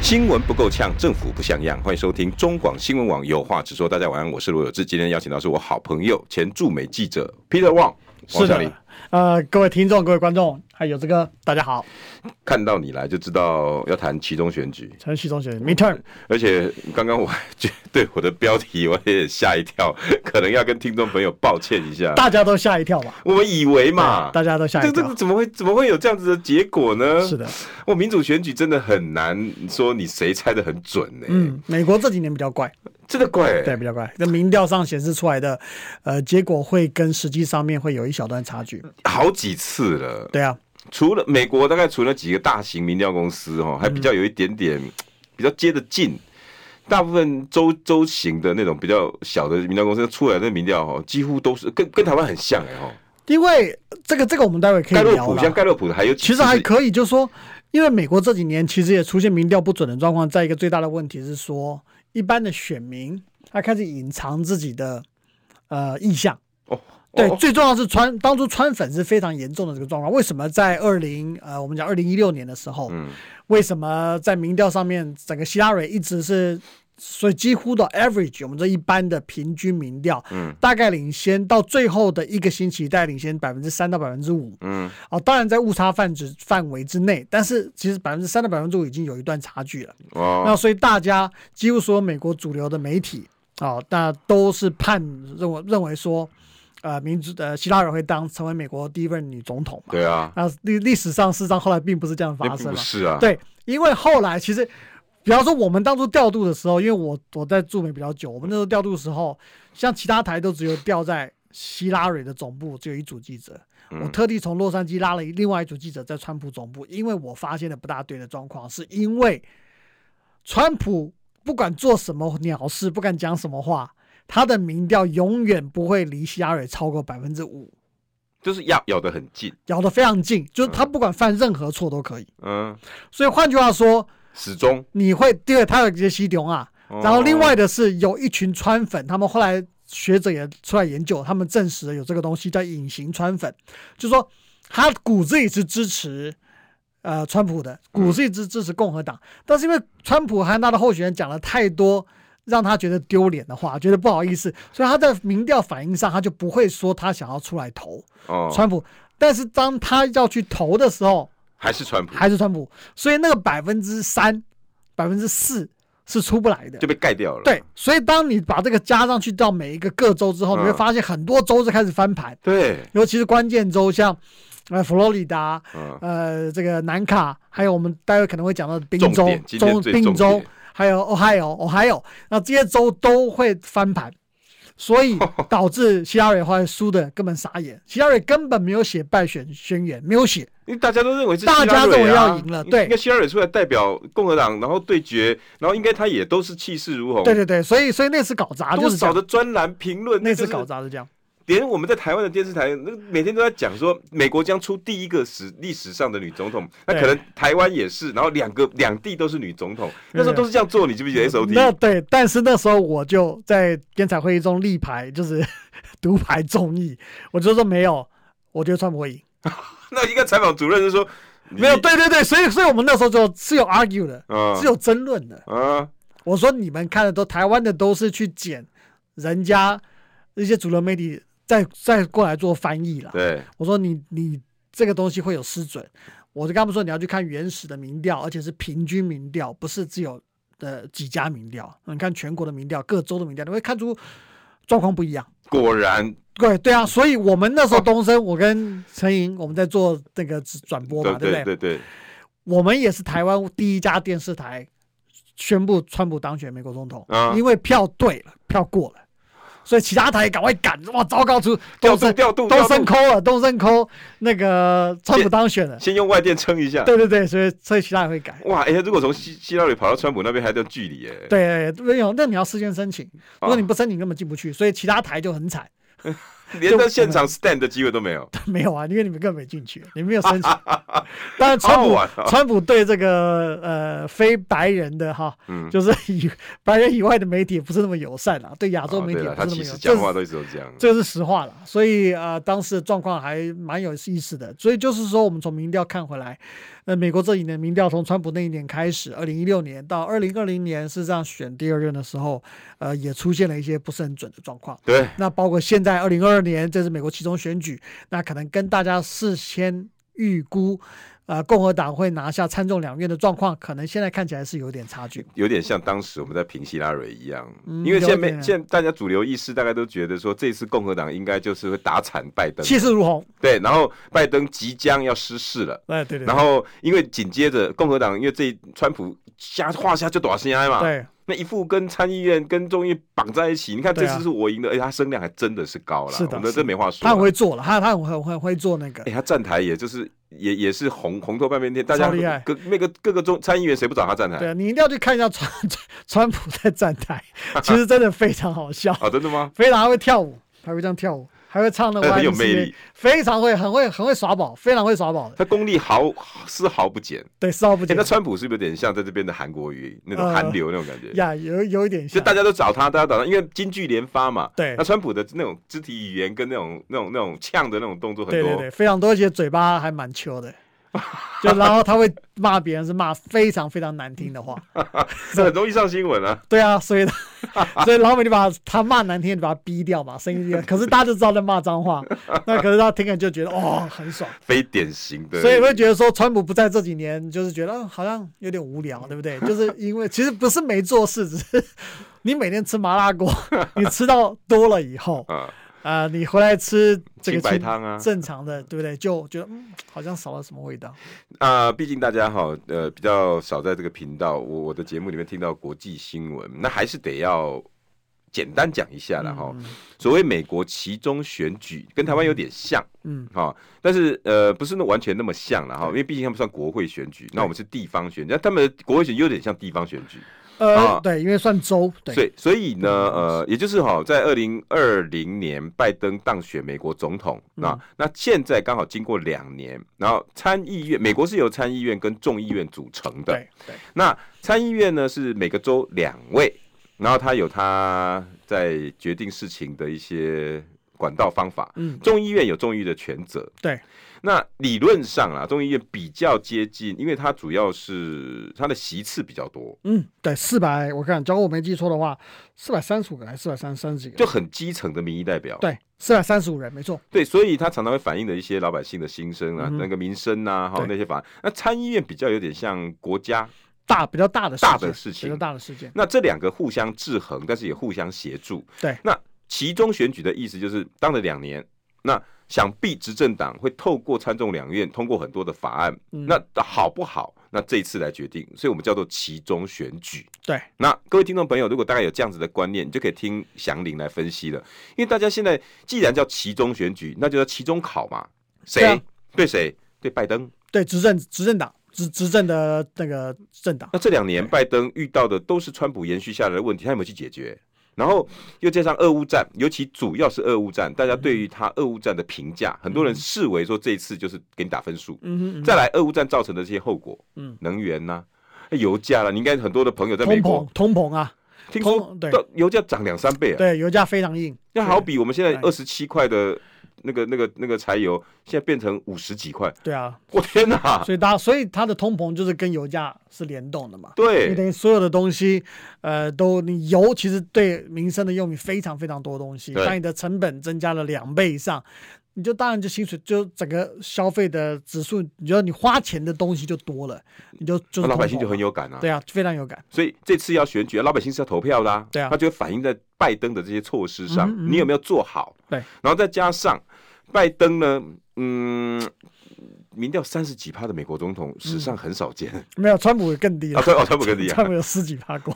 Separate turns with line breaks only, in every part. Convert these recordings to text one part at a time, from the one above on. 新闻不够呛，政府不像样。欢迎收听中广新闻网有话直说。大家晚安，我是罗有志。今天邀请到是我好朋友前驻美记者 Peter Wang，王
是
小林
的。，呃，各位听众、各位观众，还有这个大家好，
看到你来就知道要谈其中选举，
陈旭中
嗯
选 midterm，
而且刚刚我还觉对我的标题我也吓一跳，可能要跟听众朋友抱歉一下。
大家都吓一跳吧？
我们以为嘛
对，大家都吓
这
一
这个呃哎
跳。
怎么会怎么会有这样子的结果呢？
是，的，
我民主选举真的很难说你谁猜的很准呢、
嗯，美国这几年比较怪，
真的怪、欸。
对，比较怪。那民调上显示出来的，呃，结果会跟实际上面会有一小段差距。
好几次了。
对啊，
除了美国，大概除了几个大型民调公司哦，
嗯
还比较有一点点、比较接得近。大部分州州型的那种比较小的民调公司出来的民调哦，几乎都是跟跟台湾很像哎哦。
因为这个这个我们待会可
盖
以
洛
聊
普像
了。
盖洛普还有
其实还可以，就是说，因为美国这几年其实也出现民调不准的状况，在一个最大的问题是说，一般的选民他开始隐藏自己的呃意向。
哦，
对，
哦
最重要是川当初川粉是非常严重的这个状况。为什么在二零呃，我们讲二零一六年的时候，
嗯
为什么在民调上面整个希拉蕊一直是，所以几乎的 average，我们这一般的平均民调，
嗯
大概领先到最后的一个星期，大概领先百分之三到百分之五。
嗯
哦，当然在误差范值范围之内，但是其实百分之三到百分之五已经有一段差距了。那
哦，
所以大家几乎所有美国主流的媒体啊、哦，那都是判认为认为说，呃，民主呃希拉蕊会当成为美国第一任女总统嘛？
对啊，
那历历史上事实上后来并不是这样
那
发生
不
了，
是啊，
对，因为后来其实，比方说我们当初调度的时候，因为我我在驻美比较久，我们那时候调度的时候，像其他台都只有调在希拉蕊的总部只有一组记者，我特地从洛杉矶拉了一另外一组记者在川普总部，因为我发现了不大对的状况，是因为川普不管做什么鸟事，不管讲什么话。他的民调永远不会离希拉蕊超过百分之五，
就是咬咬得很近，
咬得非常近，就是他不管犯任何错都可以。
嗯，
所以换句话说，
始终。
你会第二，他有杰西丢啊，
哦
然后另外的是有一群川粉，他们后来学者也出来研究，他们证实了有这个东西叫隐形川粉，就说他骨子里是支持呃川普的，
嗯
骨子里是支持共和党，但是因为川普和他的候选人讲了太多。让他觉得丢脸的话，觉得不好意思，所以他在民调反应上，他就不会说他想要出来投
哦，
川普。但是当他要去投的时候，
还是川普
还是川普，所以那个百分之三、百分之四是出不来的
就。被盖掉了。
对，所以当你把这个加上去到每一个各州之后，
嗯
你会发现很多州是开始翻盘，
对，
尤其是关键州，像呃佛罗里达、
嗯，
呃这个南卡，还有我们待会可能会讲到的宾
重
州
点、今天
中
最
宾
重
州
点，
还有 Ohio、Ohio，那这些州都会翻盘。所以导致希拉蕊后来输的根本傻眼，希拉蕊根本没有写败选宣言，没有写，
因为大家都认为是希拉
大
蕊啊、
家认为要赢了对
应该希拉蕊出来代表共和党，然后对决，然后应该他也都是气势如虹。
对对对，所以所以那次搞砸就
多
是这
少
样，
的专栏评论，
那
就
次
是
搞砸是这样。
连我们在台湾的电视台，那每天都在讲说，美国将出第一个史历史上的女总统，那
对
可能台湾也是，然后两个两地都是女总 统，那时候都是这样做，你记不记得 S O T？
那对，但是那时候我就在编采会议中力排，就是 独排众议，我就说没有，我觉得川普会赢。
那一个采访主任就说，你
没有，对对对，所以所以我们那时候就是有 argue 的，
嗯
是有争论的。
啊，
我说你们看的都台湾的都是去捡人家一些主流媒体再再过来做翻译了。
对，
我说你你这个东西会有失准，我就跟他们说你要去看原始的民调，而且是平均民调，不是只有呃几家民调。你看全国的民调，各州的民调，你会看出状况不一样。
果然
对对啊，所以我们那时候东升，我跟陈莹我们在做那个直转播嘛，不
对对对，
我们也是台湾第一家电视台宣布川普当选美国总统，
啊
因为票对了，票过了，所以其他台赶快赶，哇，糟糕出
调
东
度
升
调度
东
调
升
度，
抠了，东升抠那个川普当选了，
先用外电撑一下。
对对对，所以所以其他人会改。
哇，哎、如果从希希拉里跑到川普那边还有段距离哎、
对，没有，那你要事先申请，如果
哦
你不申请，根本进不去，所以其他台就很惨。
连到现场 stand 的机会都没有。
没有啊，因为你们根本没进去，你们没有申 请。当然，川
好
普、
玩哦
川普对这个呃非白人的哈，
嗯
就是以白人以外的媒体也不是那么友善啦，对亚
哦
洲媒体
对
也
了，
不
他
是
其
那么友
实
善。
讲
这
话
是
都一直都这样。
这个是实话啦，所以呃，当时的状况还蛮有意思的。所以就是说，我们从民调看回来，呃，美国这几年民调从川普那一年开始，二零一六年到二零二零年，事实上选第二任的时候，呃，也出现了一些不是很准的状况。
对，
那包括现在二零二二年，这是美国其中选举，那可能跟大家事先预估，呃，共和党会拿下参众两院的状况，可能现在看起来是有点差距。
有点像当时我们在评希拉蕊一样，
嗯
因为现在
有
没
点
现在大家主流意识大概都觉得说，这次共和党应该就是会打惨拜登，
气势如虹，
对，然后拜登即将要失势了。
哎，对对
然
对，
后，因为紧接着共和党，因为这川普下画下就打 CI 嘛，
对，
那一副跟参议院跟众议院绑在一起。你看这
对啊
次是我赢的，而哎且他声量还真的是高了，
是的
我们这没话说
他
了。
很会做了，他他很很很会做那个
哎、。他站台也就是也也是红红透半边天，大家
超厉害
各那个各个中参议员谁不找他站台？
对，你一定要去看一下川 川普在站台，其实真的非常好笑，
哦，真的吗？
非常还会跳舞，还会这样跳舞，还会唱那
哎
Y
很有魅力，
非常会，很会，很会耍宝，非常会耍宝的，
他功力毫丝毫不减。
对，丝毫不
哎、
减
那。川普是不是有点像在这边的韩国瑜那种
呃
韩流那种感觉？
呀，有有一点
就
像，
大家都找他，大家都找他，因为京剧连发嘛。
对
那川普的那种肢体语言跟那种那种那种呛的那种动作很
对
多。
对对，非常多，而且嘴巴还蛮秋的。 就然后他会骂别人是骂非常非常难听的话，
这 很容易上新闻啊！
对啊，所以 他所以老美就把他骂难听，就把他逼掉嘛，声音低了。可是大家就知道在骂脏话，那可是他听了就觉得哦很爽，
非典型的，
所以会觉得说，川普不在这几年，就是觉得、嗯好像有点无聊，对 不对？就是因为其实不是没做事，只是你每天吃麻 辣锅，你吃到多了以后，
啊，
啊、你回来吃这个
清白汤啊
正常的，对不对？就觉得嗯，好像少了什么味道。
啊，毕竟大家哈，呃，比较少在这个频道，我我的节目里面听到国际新闻，那还是得要简单讲一下了哈。
嗯
所谓美国其中选举，跟台湾有点像，
嗯，
哈，但是呃，不是那完全那么像了哈，因为毕竟他们算国会选举，那我们是地方选举，那他们的国会选举有点像地方选举，
呃，
啊
对，因为算州，对，
所以所以呢，呃，也就是哈，在二零二零年拜登当选美国总统，
嗯
那、那现在刚好经过两年，然后参议院，美国是由参议院跟众议院组成的，
对对
那参议院呢是每个州两位，然后他有他在决定事情的一些管道方法，
嗯，
众议院有众议的权责，
对，
那理论上啊，众议院比较接近，因为它主要是它的席次比较多，
嗯，对，四百，我看，假如我没记错的话，四百三十五个还是四百三三十几个？
就很基层的民意代表。
对，四百三十五人，没错。
对，所以它常常会反映的一些老百姓的心声啊，
嗯哼
那个民生啊，哈
对
那些法。那参议院比较有点像国家，
大比较大的事件
大的事情
比较大的事件，
那这两个互相制衡，但是也互相协助。
对
那其中选举的意思就是当了两年，那想必执政党会透过参众两院通过很多的法案，
嗯
那好不好？那这一次来决定，所以我们叫做其中选举。
对，
那各位听众朋友，如果大概有这样子的观念，你就可以听祥林来分析了。因为大家现在既然叫其中选举，那就叫其中考嘛，谁
对啊
对谁对拜登。
对执政执政党执执政的那个政党，
那这两年拜登遇到的都是川普延续下来的问题，他有没有去解决？然后又加上俄乌战，尤其主要是俄乌战，大家对于他俄乌战的评价，很多人视为说这一次就是给你打分数。
嗯
再来，俄乌战造成的这些后果，
嗯
能源呐、哎油价啦、你应该很多的朋友在
哼，
美
通
国
膨通膨啊，
听说
通对
到油价涨两三倍啊，
对，油价非常硬，
那好比我们现在
哎
二十七块的那个那个那个柴油，现在变成五十几块，
对啊，
我天哪！
所以大家所以它的通膨就是跟油价是联动的嘛。你
对
等于所有的东西，呃，都你油其实对民生的用品非常非常多东西，
对
当你的成本增加了两倍以上，你就当然就薪水就整个消费的指数，你觉得你花钱的东西就多了，你就就是
老百
通
姓
膨
就很
嘛
有感啊。
对啊，非常有感。
所以这次要选举，老百姓是要投票的、
对啊
他就会反映在拜登的这些措施上，
嗯嗯嗯
你有没有做好？
对，
然后再加上拜登呢，嗯，民调三十几趴的美国总统史上很少见、
嗯 没有，川普更低了
啊，，川哦，川普更厉
川
害，
普有十几 趴过。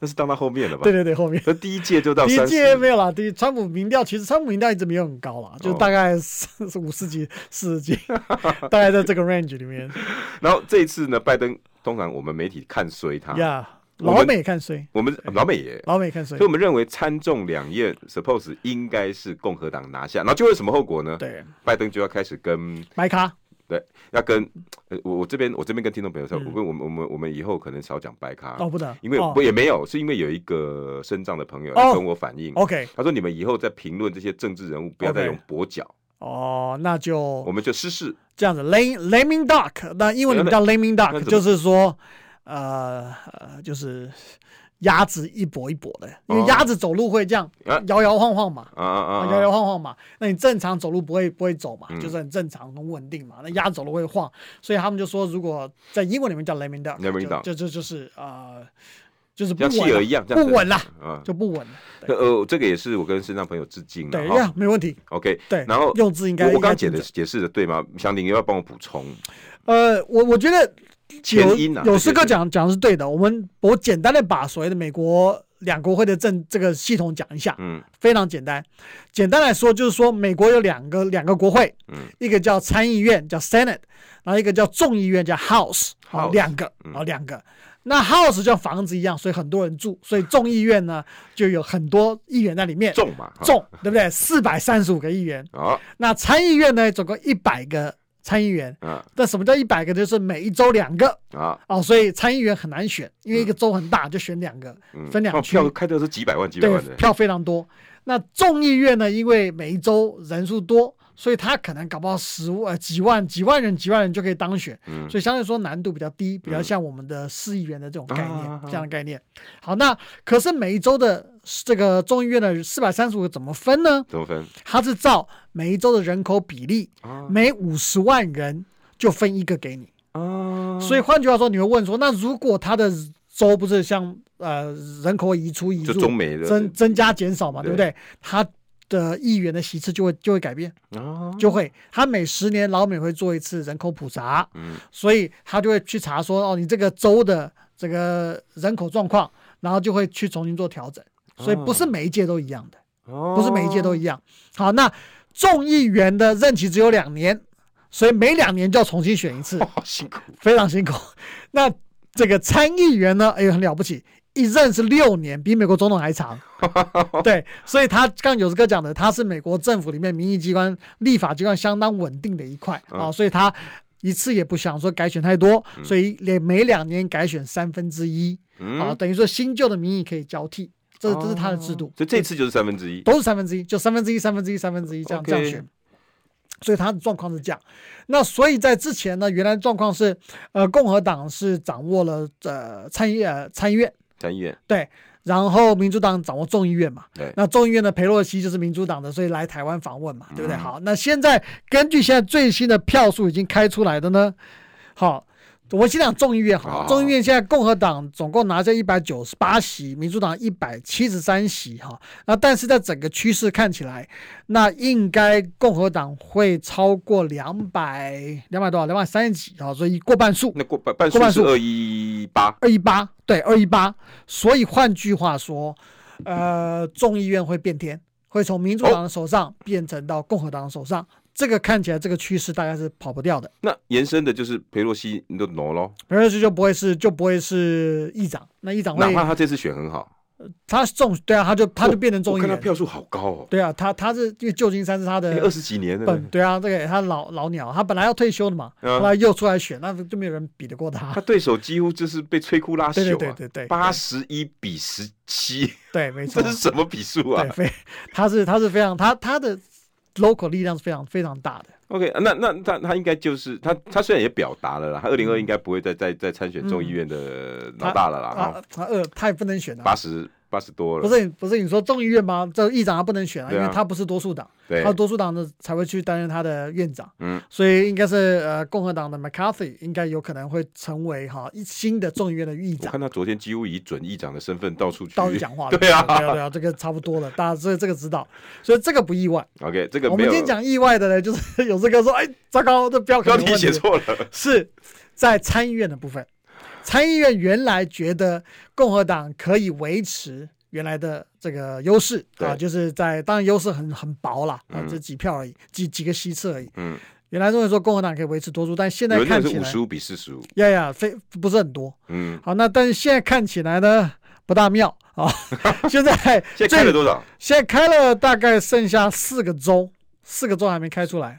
那是到他后面了吧？
对，对对，后面。
那第一届就到
第一
三
届
十，
没有啦，第一川普民调其实川普民调一直没有很高啦，
哦
就大概四五十几、四十几， 大概在这个 range 里面。
然后这一次呢，拜登通常我们媒体看衰他
呀，
啊我
老
们
美也看衰，
我们老美也，
老美也看衰
所以，我们认为参众两院 suppose 应该是共和党拿下，然后就会有什么后果呢？，
对，
拜登就要开始跟
白卡，
要跟呃，我我这边我这边跟听众朋友说，
嗯
我们我们我们我们以后可能少讲白咖，
哦不能，
啊因为
哦
不也没有，是因为有一个身障的朋友
哦
跟我反映，
OK，
他说你们以后在评论这些政治人物，不要再
OK
用跛脚，
哦，那
我
就
们就失事。
这样子，lame lame duck，那英文里面叫 lame
那
duck，
怎么
就是说，呃，呃就是鸭子一跛一跛的，因为
哦
鸭子走路会这样
啊
摇摇晃晃嘛，
啊啊
啊
啊！
摇
啊
摇晃晃嘛，那你正常走路不会不会走嘛，
嗯
就是很正常很稳定嘛。那鸭子走路会晃，所以他们就说，如果在英文里面叫 lame duck，
Lame
就
duck
就就就是呃，就是不
像企
稳
鹅
了，
一样，这样
不
子
稳了，
啊。
就不稳了。对
呃，这个也是我跟身障朋友致敬
对
了
呀
哈。，
没问题。
OK，
对，
嗯然后
用字应该
我刚刚解
应该
的
精
解释的对吗？祥林，要不要帮我补充？
准呃，我我觉得
前
有
因啊
有
这
师
些
哥
是
讲讲的是对的。我们我简单的把所谓的美国两国会的政这个系统讲一下，
嗯
非常简单。简单来说，就是说美国有两个两个国会，
嗯
一个叫参议院叫 Senate，然后一个叫众议院叫 House，好
House，
两个
嗯
啊两个。那 House 像房子一样，所以很多人住，所以众议院呢就有很多议员在里面，
重嘛，哈
众对不对？四百三十五个议员。
好
那参议院呢，总共一百个参议员。
啊
那什么叫一百个？就是每一周两个
啊，
哦，所以参议员很难选，因为一个州很大，就选两个，
嗯
分两
哦
区。
票开的是几百万几百
对
万，的，
票非常多。那众议院呢，因为每一州人数多，所以他可能搞不好十万、呃几万、几万人、几万人就可以当选，
嗯
所以相对说难度比较低，比较像我们的市议员的这种概念，
啊
这样的概念。好，那可是每一州的这个众议院的四百三十五怎么分呢？
怎么分
它是照每一州的人口比例，
啊
每五十万人就分一个给你。
啊？
所以换句话说，你会问说，那如果他的州不是像呃人口移出移
就
入，
中美的
增增加减少嘛，对
对
不对？他的议员的席次就会就会改变，
啊，
就会他每十年老美会做一次人口普查，
嗯
所以他就会去查说哦，你这个州的这个人口状况，然后就会去重新做调整，
哦
所以不是每一届都一样的。不
不
是每一届都一样。好，那众议员的任期只有两年，所以每两年就要重新选一次，
好辛苦
非常辛苦。 那这个参议员呢，哎呦，很了不起，一任是六年，比美国总统 还长。对，所以他刚有志哥讲的，他是美国政府里面民意机关、立法机关相当稳定的一块
嗯
啊，所以他。一次也不想说改选太多，所以连每两年改选三分之一啊，
嗯，
等于说新旧的民意可以交替，这这是他的制度。
所以这次就是三分之一
都是三分之一，就三分之一、三分之一、三分之一这样
OK
这样选。所以他的状况是这样，那所以在之前呢，原来状况是，呃，共和党是掌握了呃参议呃参议院，
参议院，哎
对，然后民主党掌握众议院嘛，
对
那众议院的佩洛西就是民主党的，所以来台湾访问
嗯
嘛，对不对？好，那现在根据现在最新的票数已经开出来的呢，好，我们先讲众议院好了，
好
众议院现在共和党总共拿下一百九十八席，民主党一百七十三席哈，那但是在整个趋势看起来，那应该共和党会超过两百两百多少两百三十几啊，所以过半数。
那过半半数
过半
是
数
二一八，
二一八，对，二一八。所以换句话说，呃，众议院会变天，会从民主党的手上变成到共和党的手上。这个看起来这个趋势大概是跑不掉的，
那延伸的就是裴洛西你都挪咯，
而且就不会是就不会是议长，那议长
哪
会
怕他这次选很好，
他是众对啊，他就他就变成
我
众议
看他
员，
票数好高哦，哎
对啊，他他是因为旧金山是他
二
的
十几年
本
了，
对啊，这个他老老鸟，他本来要退休的嘛，
嗯
后来又出来选，那就没有人比得过
他
他。
对手几乎就是被摧枯拉
对对
朽
对
啊，
对对，
八十一比十七，
对，没错
这，是什么比数啊
对，非 他是他是非常他他的 local 力量是非常非常大的。
？OK，那啊那他他应该就是他他虽然也表达了啦，他二
嗯
零二应该不会再再再参选众议院的老大了啦，
啊
哈，，
他二他也不能选
八
啊。
十八十多了，
不是你不是你说众议院吗？这议长他不能选啊，因
对啊
为他不是多数党，
对
他，多数党的才会去担任他的院长。
嗯，
所以应该是呃共和党的 McCarthy 应该有可能会成为哈一新的众议院的议
我
长
看，他昨天几乎以准议长的身份到处去
到处讲话了。
对
对啊
啊
对啊，这个差不多了，大家这这个知道，所以这个不意外。
，OK，这个
我
没
们
有
今天讲意外的呢，就是有这个说，哎，糟糕，这标可
标
能有
题
问题
写错了，
是在参议院的部分。参议院原来觉得共和党可以维持原来的这个优势
对
啊，就是在当然优势很很薄啦，啊，
嗯
这几票而已，几几个席次而已。
嗯
原来认为说共和党可以维持多数，但现在
有人
看
是
起
五
来
十，五比四十五，
呀呀，非不是很多。
嗯，
好，那但是现在看起来呢不大妙 啊！现在
现
最
在开了多少？
现在开了大概剩下四个州，四个州还没开出来。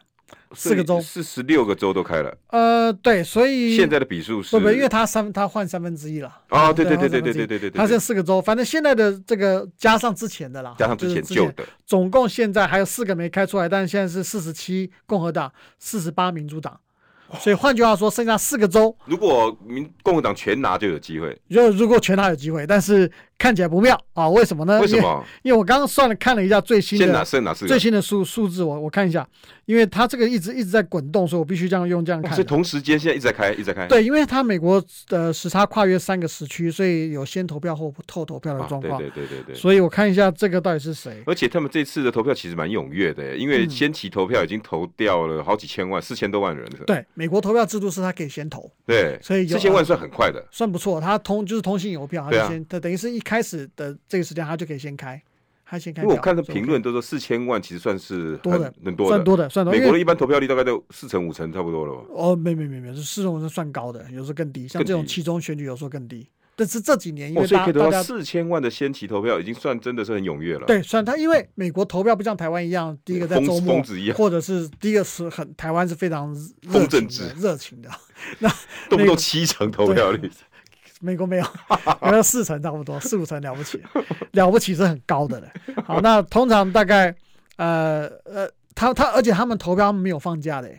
四个州
四十六个州都开了，
呃，对，所以
现在的比数是
不不，因为他三他换三分之一了。
哦
啊
对对对对
换三分之
对
一
对对对对
他剩四个州，反正现在的这个加上之前的啦，
加上
就
之
是
前
前
旧的，
总共现在还有四个没开出来，但是现在是四十七共和党，四十八民主党，所以换句话说，剩下四个州，
如果民共和党全拿就有机会，
就如果全拿有机会，但是看起来不妙啊？为什么呢？
为什
因为？
么？
因为我刚刚算了看了一下最新
现哪
的
剩哪四个
最？新的数数字我，我看一下，因为它这个一直一直在滚动，所以我必须这样用这样
哇
看
所以
的。
同时间现在一直在开，一直在开。
对，因为它美国的时差跨越三个时区，所以有先投票后后投票的
啊，
状
对
况。
对对对对。
所以我看一下这个到底是谁。
而且他们这次的投票其实蛮踊跃的，因
嗯
为先期投票已经投掉了好几千万，四千多万人了。
对，美国投票制度是它可以先投，
对，
所以有呃
四千万算很快的。
算不错，他通就是通信邮票，他
对啊
就先，他、等于是一开始的这个时间，他就可以先开，他先开
因
票。
为我看的
所以
评论都说四千万其实算是
多
很
的
很多
算
的。
多的，算多的。
美
因
国
为
的一般投票率大概都四成五成差不多了吧？
哦，没没没没，这市容是算高的，有时候更低，像
更
这种
低
期中选举有时候更低。但是这几年因
哦，
为
所以
大、
可以
大
得到
家
四千万的先期投票，已经算真的是很踊跃了。，
对，算他因为美国投票不像台湾一样，第一个在
疯
周
疯
末，
子一样，
或者是第一个是很台湾是非常热
疯政
情的
治
热情的，
动不动七成投票率。
美国没有， 没有四成差不多，四五成了不起，了不起是很高的了。好，那通常大概，呃呃，他他，而且他们投票他们没有放假的，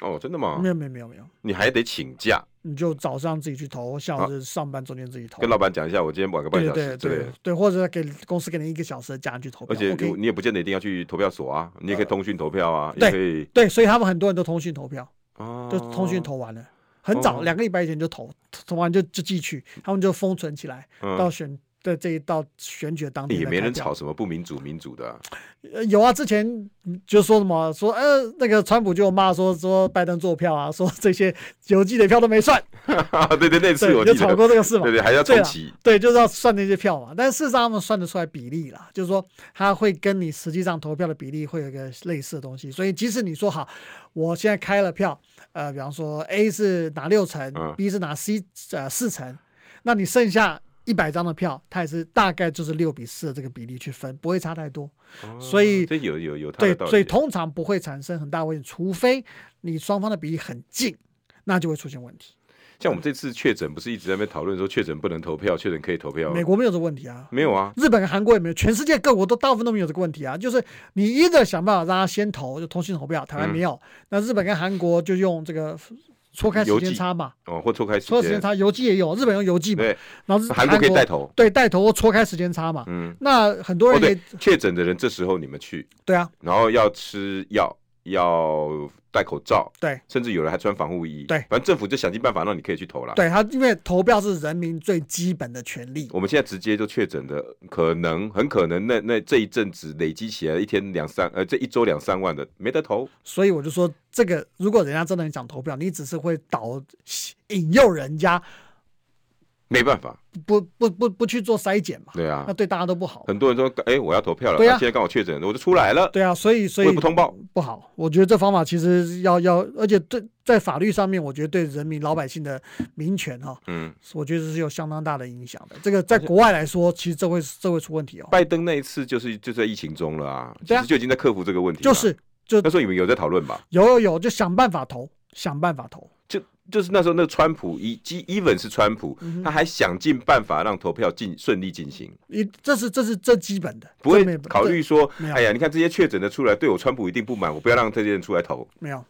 哦，真的吗
没？有没有没有没有，
你还得请假，
你就早上自己去投，下午是上班中间自己投
啊跟。老板讲一下，我今天晚个半
对
小
对
时之类的
对。对，或者给公司给你一个小时的假你去投票
而且
，OK？呃
你也不见得一定要去投票所啊，你也可以通讯投票啊，
对
也可以
对，所以他们很多人都通讯投票，
啊，
都通讯投完了，很早
哦
两个礼拜以前就投，投完就就寄去，他们就封存起来，到
嗯，
选的这一到选举的当天
也
再
没
开
人
票
吵什么不民主民主的啊，
呃有啊，之前嗯就说什么说呃那个川普就有骂说说拜登做票啊，说这些邮寄的票都没算，
啊 对对，那次
对，
我
就
记
吵
得，
过这个事嘛
对。对，还要重启，
对，啊就是要算那些票嘛，但事实上他们算得出来比例啦，就是说他会跟你实际上投票的比例会有一个类似的东西，所以即使你说好，我现在开了票，呃，比方说 A 是拿六成、
嗯
b 是拿 C 呃四成，那你剩下一百张的票，它也是大概就是六比四的这个比例去分，不会差太多。
哦
所以
这有有有它
对
的道，
所以
理，啊
通常不会产生很大问题，除非你双方的比例很近，那就会出现问题。
像我们这次确诊不是一直在那边讨论说确诊不能投票，确诊可以投票，
美国没有这个问题啊，
没有啊，
日本、韩国也没有，全世界各国都大部分都没有这个问题啊。就是你一的想办法让他先投，就通信投票，台湾没
嗯
有，那日本跟韩国就用这个错开时
邮
间
寄
差嘛，
哦，或错开时
错开时
间
间，差，邮寄也有，日本用邮寄嘛，
对，
然后日
韩国可以带头，
对带头或错开时间差嘛。
嗯，
那很多
哦
人也、
对，确诊的人这时候你们去，
对啊，
然后要吃药，要戴口罩，
对，
甚至有人还穿防护衣，
对
反正政府就想尽办法让你可以去投了。
对他因为投票是人民最基本的权利，
我们现在直接就确诊的，可能很可能那那这一阵子累积起来，一天两三呃，这一周两三万的没得投，
所以我就说，这个如果人家真的很想投票，你只是会导引诱人家
没办法，
不不不不去做筛检嘛，
对啊
那，对大家都不好。
很多人说，哎、我要投票了，
对啊
现在刚好确诊，我就出来了，
对啊，所以所
我也
以
不通报，
不好。我觉得这方法其实要要，而且对在法律上面，我觉得对人民老百姓的民权哈、
嗯。
我觉得是有相当大的影响的。这个在国外来说，其实这会这会出问题哦。
拜登那一次就是就在疫情中了啊，
对啊
其实就已经在克服这个问题了。
就是就
那时候你们有在讨论吧？
有有有，就想办法投，想办法投。
就就是那时候那个川普一即 even 是川普，
嗯
他还想尽办法让投票进顺利进行，
一这是这是这基本的，
不
这
会
没
考虑说，
没有
哎呀，你看这些确诊的出来，对我川普一定不满，我不要让这些人出来投。
这没有，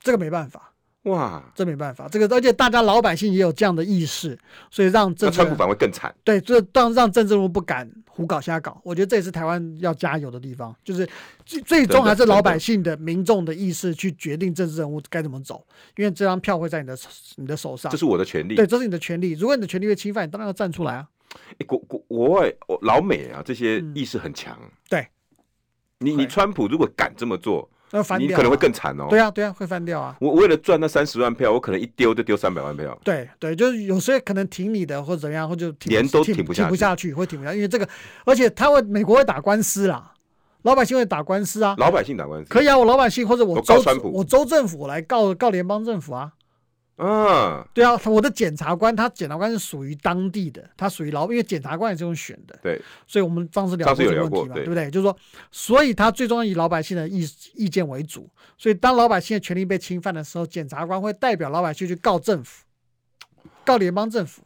这个没办法。
哇，
这没办法，这个而且大家老百姓也有这样的意识，所以让
那
政治
川普反而更惨。
对这让让政治人物不敢胡搞瞎搞。我觉得这也是台湾要加油的地方，就是最最终还是老百姓的民众的意识去决定政治人物该怎么走，因为这张票会在你的手你的手上
这。是我的权利。
对，这是你的权利。如果你的权利被侵犯，你当然要站出来啊。
诶国国国外哦老美啊，这些意识很强。
嗯对，
你你川普如果敢这么做，
那翻
你
掉啊、
可能会更惨哦。
对啊，对啊，会翻掉啊。
我我为了赚那三十万票，我可能一丢就丢三百万票。
对对，就是有些可能挺你的，或者怎么样，或者挺
连都
挺
挺不
不
下去
去，会挺不下去，因为这个，而且他会美国会打官司啦，老百姓会打官司啊，
老百姓打官司
可以啊，我老百姓或者我
我告
州
川普
我州政府来告告联邦政府啊，
啊，
对啊，我的检察官他检察官是属于当地的，他属于老，因为检察官也是用选的，
对，
所以我们上次聊
上次
过这
有聊
个问
过
题嘛，
对
对不对？就是说，所以他最终要以老百姓的意意见为主，所以当老百姓的权利被侵犯的时候，检察官会代表老百姓去告政府，告联邦政府，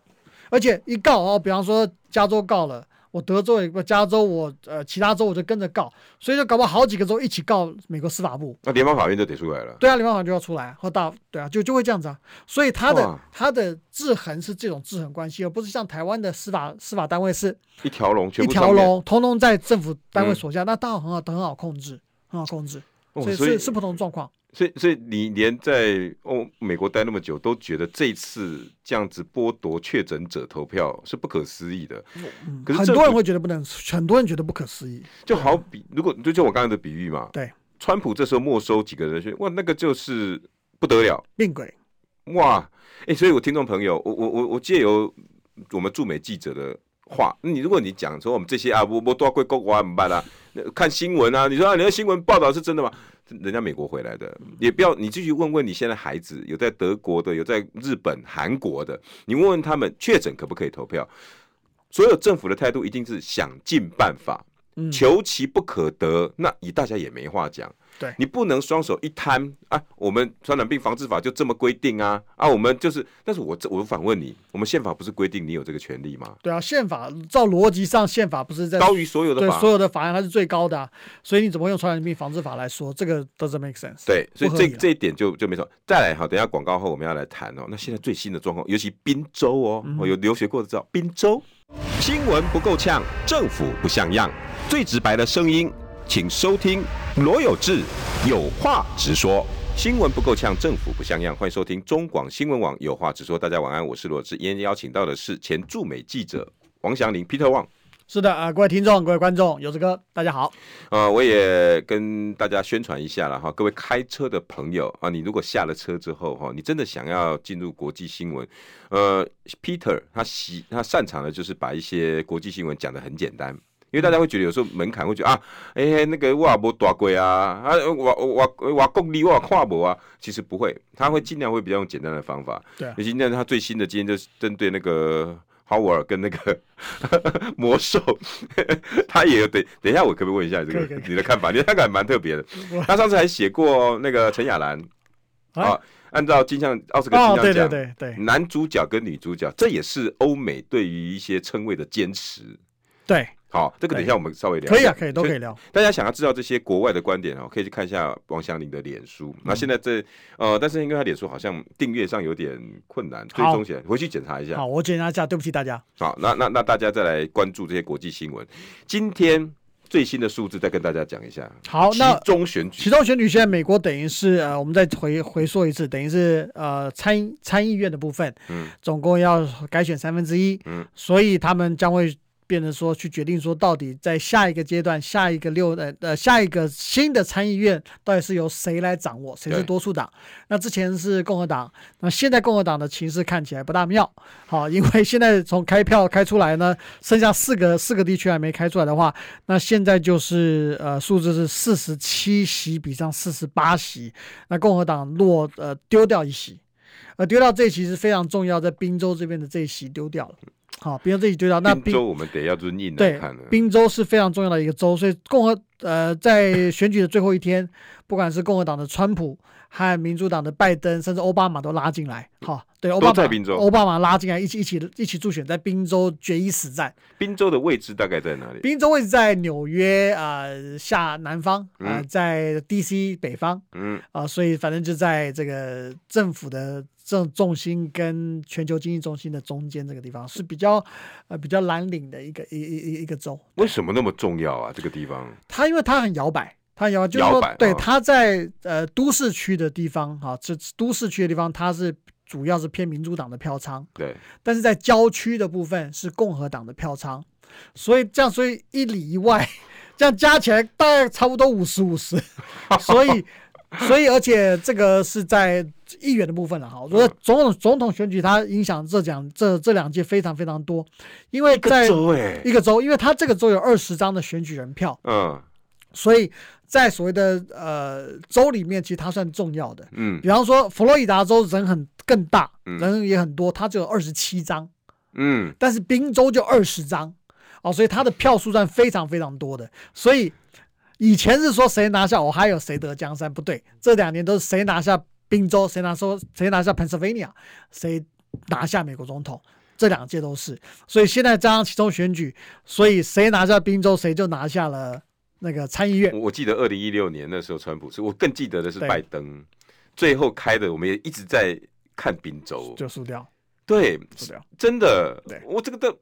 而且一告哦，比方说加州告了。我德州也不，加州我呃，其他州我就跟着告，所以就搞不好好几个州一起告美国司法部，
那联邦法院就得出来了。
对啊，联邦法就要出来或大对啊，就就会这样子啊。所以它的
哇
它的制衡是这种制衡关系，而不是像台湾的司法司法单位是
一条龙，全
一
部
条
上面。
龙，通通在政府单位
嗯
所下，那当然很好，很好控制，很好控制。
哦
所以
所以
是是不同的状况。
所以，所以你连在哦美国待那么久，都觉得这次这样子剥夺确诊者投票是不可思议的。
嗯
可是
很
政
多人
府
会觉得不能，很多人觉得不可思议。
就好比，如果就就我刚才的比喻嘛，
对，
川普这时候没收几个人选，哇，那个就是不得了，
病鬼，
哇，哎、所以我听众朋友，我我我我借由我们驻美记者的话，你如果你讲说我们这些啊，我我多少贵国国怎么办啊？那看新闻啊，你说啊，你的新闻报道是真的吗？人家美国回来的，也不要你继续问问你现在孩子有在德国的，有在日本、韩国的，你问问他们确诊可不可以投票？所有政府的态度一定是想尽办法，
嗯，
求其不可得，那你大家也没话讲。
对
你不能双手一摊啊！我们传染病防治法就这么规定啊啊！我们就是，但是我这我反问你，我们宪法不是规定你有这个权利吗？
对啊，宪法照逻辑上，宪法不是在
高于所有的
对
法
所，有的法案它是最高的啊、所以你怎么会用传染病防治法来说这个 doesn't make sense？
对，所以
不合
这
理啊了
这一点就就没错。再来哈，等一下广告后我们要来谈哦。那现在最新的状况，尤其滨州哦，
嗯
我、有留学过的知道，滨州新闻不够呛，政府不像样，最直白的声音，请收听罗有志有话直说。新闻不够呛，政府不像样。欢迎收听中广新闻网有话直说。大家晚安，我是罗志。今天邀请到的是前驻美记者王祥林 Peter Wang。
是的啊、各位听众，各位观众，有这个大家好。
呃，我也跟大家宣传一下了哈，各位开车的朋友啊，你如果下了车之后哈，你真的想要进入国际新闻，呃，Peter 他喜他擅长的就是把一些国际新闻讲得很简单。因为大家会觉得有时候门槛会觉得啊，哎、那个我也没大过啊，啊我我我我公里我也看无啊，其实不会，他会尽量会比较用简单的方法。
对啊
尤其那他最新的今天就是针对那个豪尔跟那个 魔兽， 他也有等等一下我可不可以问一下这个
可以可以可
你的看法？你的看法蛮特别的
我，
他上次还写过那个陈雅兰
啊
啊，按照金像奥斯卡
哦，
金
对
像
对
奖。
对对
男主角跟女主角，这也是欧美对于一些称谓的坚持。
对，
好，这个等一下我们稍微聊一
可
下。
以啊，可以都可以
以。
聊。
大家想要知道这些国外的观点哦，可以去看一下王祥林的脸书。
嗯
那现在这呃，但是因为他脸书好像订阅上有点困难，追
好
踪起来，回去检查一下
好，。我检查一下，对不起大家。
好，那那那大家再来关注这些国际新闻。今天最新的数字再跟大家讲一下。
好，
其
那
中选举
其中选举现在美国等于是呃，我们再回回溯一次，等于是呃参参议院的部分，
嗯，
总共要改选三分之一，
嗯，
所以他们将会变成说去决定说到底在下一个阶段，下一个六呃呃下一个新的参议院到底是由谁来掌握，谁是
对
多数党。那之前是共和党，那现在共和党的情势看起来不大妙，好，因为现在从开票开出来呢，剩下四个四个地区还没开出来的话，那现在就是呃数字是四十七席比上四十八席，那共和党落呃丢掉一席，呃丢掉这一席是非常重要，在宾州这边的这一席丢掉了。好，宾州这一席丢掉，那
宾
宾
州我们得要遵印来
对
看了。
宾州是非常重要的一个州，所以共和呃在选举的最后一天， 不管是共和党的川普和民主党的拜登，甚至奥巴马都拉进来。 好，对，奥巴马
在宾州
奥巴马拉进来一起一起一起助选，在宾州决一死战。
宾州的位置大概在哪里？
宾州位置在纽约啊、呃下南方啊、呃在 D.C. 北方
嗯，
啊、所以反正就在这个政府的重重心跟全球经济中心的中间这个地方，是比较呃比较蓝领的一个一一一一个州。
为什么那么重要啊？这个地方
它因为它很摇摆，它很摇摆，就是
摇
说
摆，
对
啊，
它在呃都市区的地方哈，这、都市区的地方它是主要是偏民主党的票仓，
对，
但是在郊区的部分是共和党的票仓，所以这样，所以一里一外， 这样加起来大概差不多五十五十， 所以。所以，而且这个是在议员的部分了
嗯
哈。我说总统总统选举，它影响这两这这两届非常非常多，因为在
州哎，
欸一个州，因为它这个州有二十张的选举人票，
嗯，
所以在所谓的呃州里面，其实它算重要的。
嗯
比方说佛罗里达州人很更大，
嗯
人也很多，它只有二十七张，
嗯
但是宾州就二十张，哦，所以它的票数算非常非常多的。所以以前是说谁拿下我还有谁得江山，不对，这两年都是谁拿下宾州，谁拿说谁拿下 Pennsylvania，谁拿下美国总统。这两届都是，所以现在加上其中选举，所以谁拿下宾州，谁就拿下了那个参议院。
我我记得二零一六年那时候，川普是我更记得的是
对
拜登，最后开的，我们也一直在看宾州，
就输掉，
对，
输掉。
真的
对，
我这个的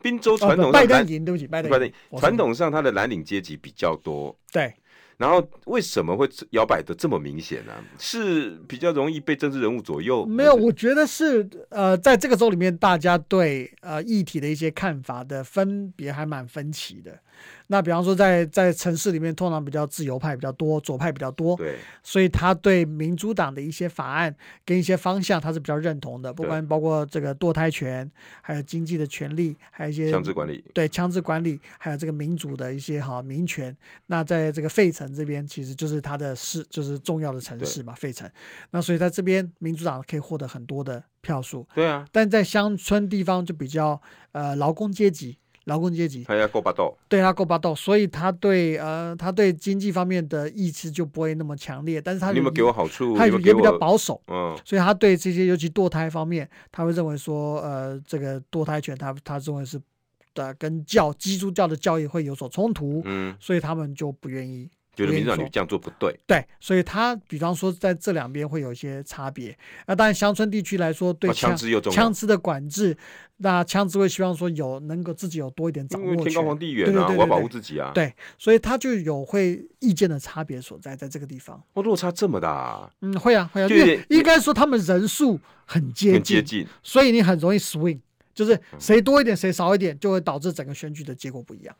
宾州
哦
传统上
不拜
蓝
登赢，对不起，拜登
拜
赢
登
我
传
说
统上它的蓝领阶级比较多，
对，
然后为什么会摇摆的这么明显呢、啊是比较容易被政治人物左右？
没有，
还是
我觉得是呃，在这个州里面，大家对呃议题的一些看法的分别还蛮分歧的。那比方说在，在城市里面，通常比较自由派比较多，左派比较多，
对，
所以他对民主党的一些法案跟一些方向，他是比较认同的，不
对
管包括这个堕胎权，还有经济的权利，还有一些
强制管理，
对枪支管理，还有这个民主的一些哈民权。那在这个费城这边，其实就是它的市，就是重要的城市嘛，费城。那所以在这边，民主党可以获得很多的票数，
对啊，
但在乡村地方就比较呃劳工阶级，劳工阶级
他要够霸道，
对他够霸道，所以他对呃他对经济方面的意志就不会那么强烈，但是他
你有没有给我好处？
他
你
也
有没有
比
给
较
我？
保守。
嗯，
所以他对这些，尤其堕胎方面，他会认为说，呃，这个堕胎权他，他认为是，呃，跟教基督教的教义会有所冲突，
嗯，
所以他们就不愿意。
觉得民主党
我跟
你
你说
这样做不对，
对，所以他比方说在这两边会有一些差别。那当然，乡村地区来说，对
把枪支又重要
枪，支的管制，那枪支会希望说有能够自己有多一点掌
因
握
为
权，
天高皇帝远
对
啊，
对对
我要
对
保
对
护自己啊。
对，所以他就有会意见的差别所在，在这个地方，
哦，落差这么大啊，
嗯，会啊会啊，
就
因
有
为
点
应该说他们人数很接
很
近
接，近。嗯
所以你很容易 swing，就是谁多一点谁少一点，就会导致整个选举的结果不一样。